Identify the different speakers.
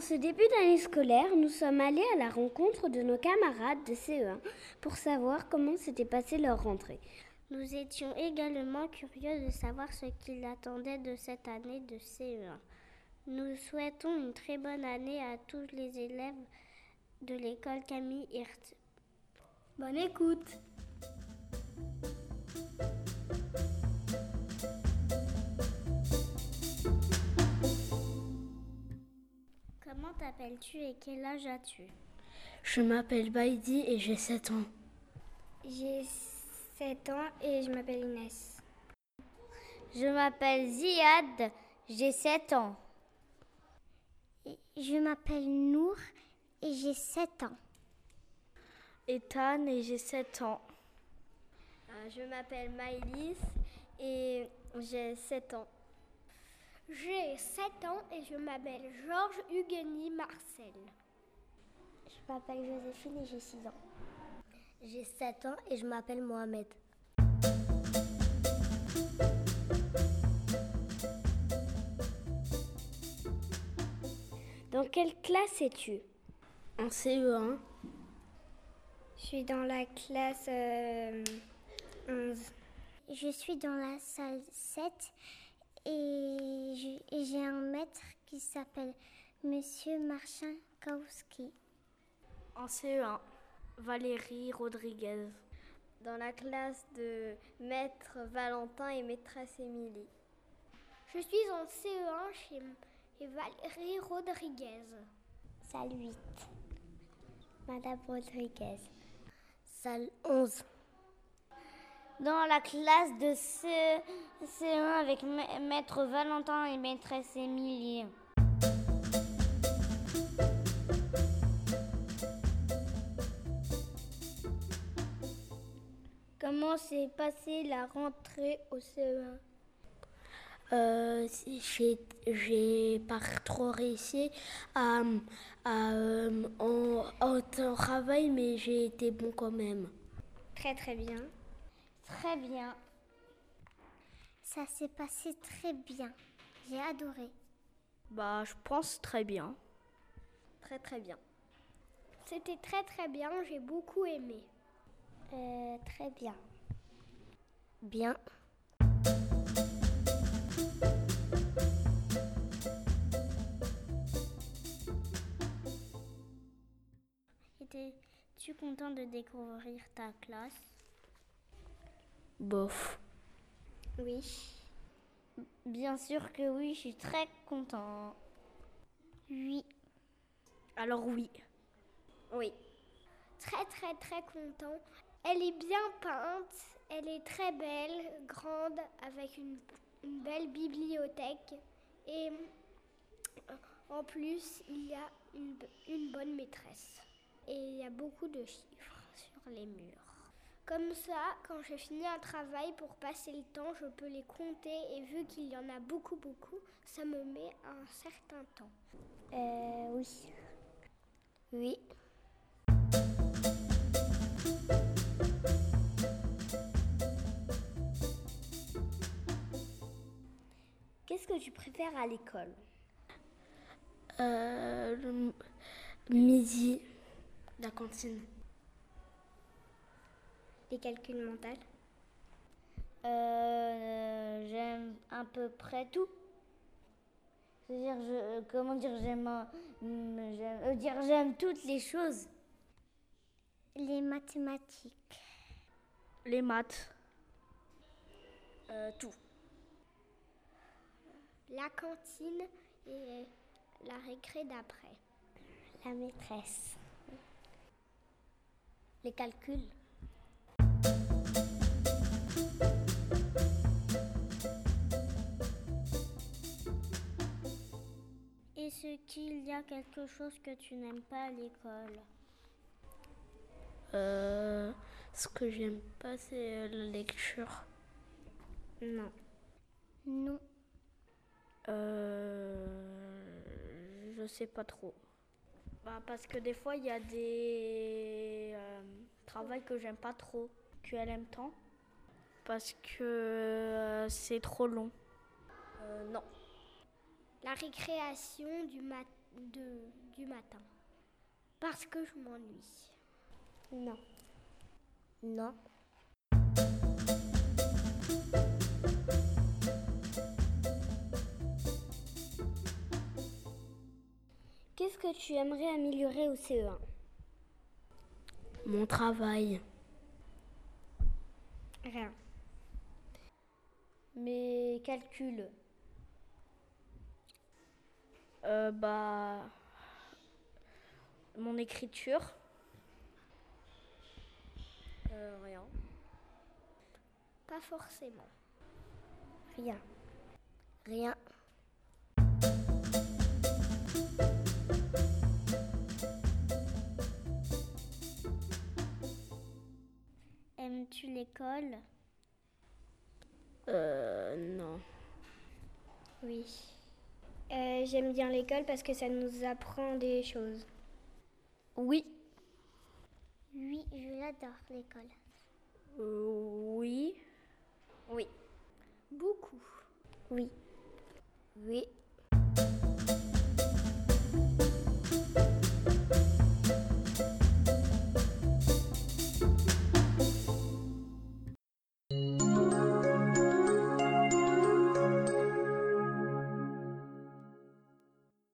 Speaker 1: ce début d'année scolaire, nous sommes allés à la rencontre de nos camarades de CE1 pour savoir comment s'était passée leur rentrée.
Speaker 2: Nous étions également curieux de savoir ce qu'ils attendaient de cette année de CE1. Nous souhaitons une très bonne année à tous les élèves de l'école Camille Hirt.
Speaker 3: Bonne écoute
Speaker 2: Comment t'appelles-tu et quel âge as-tu
Speaker 4: Je m'appelle Baïdi et j'ai 7 ans.
Speaker 5: J'ai 7 ans et je m'appelle Inès.
Speaker 6: Je m'appelle Ziad, j'ai 7 ans.
Speaker 7: Je m'appelle Nour et j'ai 7 ans.
Speaker 8: Ethan et j'ai 7 ans. Euh,
Speaker 9: Je m'appelle Maïlis et j'ai 7 ans.
Speaker 10: J'ai 7 ans et je m'appelle Georges Hugueny Marcel.
Speaker 11: Je m'appelle Joséphine et j'ai 6 ans.
Speaker 12: J'ai 7 ans et je m'appelle Mohamed.
Speaker 1: Dans quelle classe es-tu
Speaker 4: En
Speaker 8: E
Speaker 4: CE1.
Speaker 5: Je suis dans la classe euh, 11.
Speaker 7: Je suis dans la salle 7 et j'ai un maître qui s'appelle Monsieur Marchin Kowski.
Speaker 8: En CE1, Valérie Rodriguez.
Speaker 9: Dans la classe de maître Valentin et maîtresse Émilie.
Speaker 10: Je suis en CE1 chez et Valérie Rodriguez.
Speaker 11: Salle 8. Madame Rodriguez.
Speaker 12: Salle 11.
Speaker 6: Dans la classe de C 1 avec maître Valentin et maîtresse Émilie.
Speaker 2: Comment s'est passée la rentrée au
Speaker 10: E
Speaker 2: CE1
Speaker 4: euh, j'ai pas trop réussi à, à euh, en, en, travail, mais j'ai été bon quand même.
Speaker 5: Très très bien.
Speaker 6: Très bien.
Speaker 7: Ça s'est passé très bien. J'ai adoré.
Speaker 8: Bah, je pense très bien.
Speaker 9: Très très bien.
Speaker 10: C'était très très bien, j'ai beaucoup aimé.
Speaker 5: Euh, très bien.
Speaker 12: Bien.
Speaker 2: Étais-tu content de découvrir ta classe
Speaker 4: Bof.
Speaker 5: Oui.
Speaker 6: Bien sûr que oui, je suis très content.
Speaker 7: Oui.
Speaker 8: Alors oui.
Speaker 9: Oui.
Speaker 10: Très très très content. Elle est bien peinte, elle est très belle, grande, avec une, une belle bibliothèque. Et euh, en plus, il y a une, une bonne maîtresse. Et il y a beaucoup de chiffres sur les murs. Comme ça, quand j'ai fini un travail pour passer le temps, je peux les compter et vu qu'il y en a beaucoup, beaucoup, ça me met un certain temps.
Speaker 5: Euh, oui.
Speaker 12: Oui.
Speaker 1: Qu'est-ce que tu préfères à l'école
Speaker 4: euh, le Midi, la cantine.
Speaker 5: Les calculs mentaux
Speaker 6: euh, euh, J'aime à peu près tout. C'est-à-dire, je, comment dire, j'aime, j'aime, euh, dire, j'aime toutes les choses.
Speaker 7: Les mathématiques.
Speaker 8: Les maths.
Speaker 9: tout.
Speaker 10: La cantine et la récré d'après.
Speaker 5: La maîtresse.
Speaker 12: Les calculs.
Speaker 2: Est-ce qu'il y a quelque chose que tu n'aimes pas à l'école
Speaker 4: euh, Ce que j'aime pas,
Speaker 8: euh,
Speaker 4: c'est la lecture.
Speaker 5: Non.
Speaker 7: Non.
Speaker 8: Euh, je sais pas trop. Bah, parce que des fois, il y a des euh, travails que j'aime pas trop, qu'elle aime tant, parce que euh, c'est trop long.
Speaker 9: non.
Speaker 10: La récréation du matin de, du matin. Parce que je m'ennuie.
Speaker 11: Non.
Speaker 12: Non.
Speaker 1: Qu'est-ce que tu aimerais améliorer au E CE1
Speaker 4: Mon travail.
Speaker 6: Rien. Mes calculs.
Speaker 8: Euh, bah. Mon écriture.
Speaker 9: Euh, rien.
Speaker 10: Pas forcément.
Speaker 12: Rien. Rien.
Speaker 2: Aimes-tu l'école
Speaker 4: Euh, non.
Speaker 5: Oui. Euh, J'aime bien l'école parce que ça nous apprend des choses.
Speaker 8: Oui.
Speaker 7: Oui, je l'adore, l'école.
Speaker 8: Euh, oui.
Speaker 9: Oui.
Speaker 10: Beaucoup.
Speaker 12: Oui. Oui.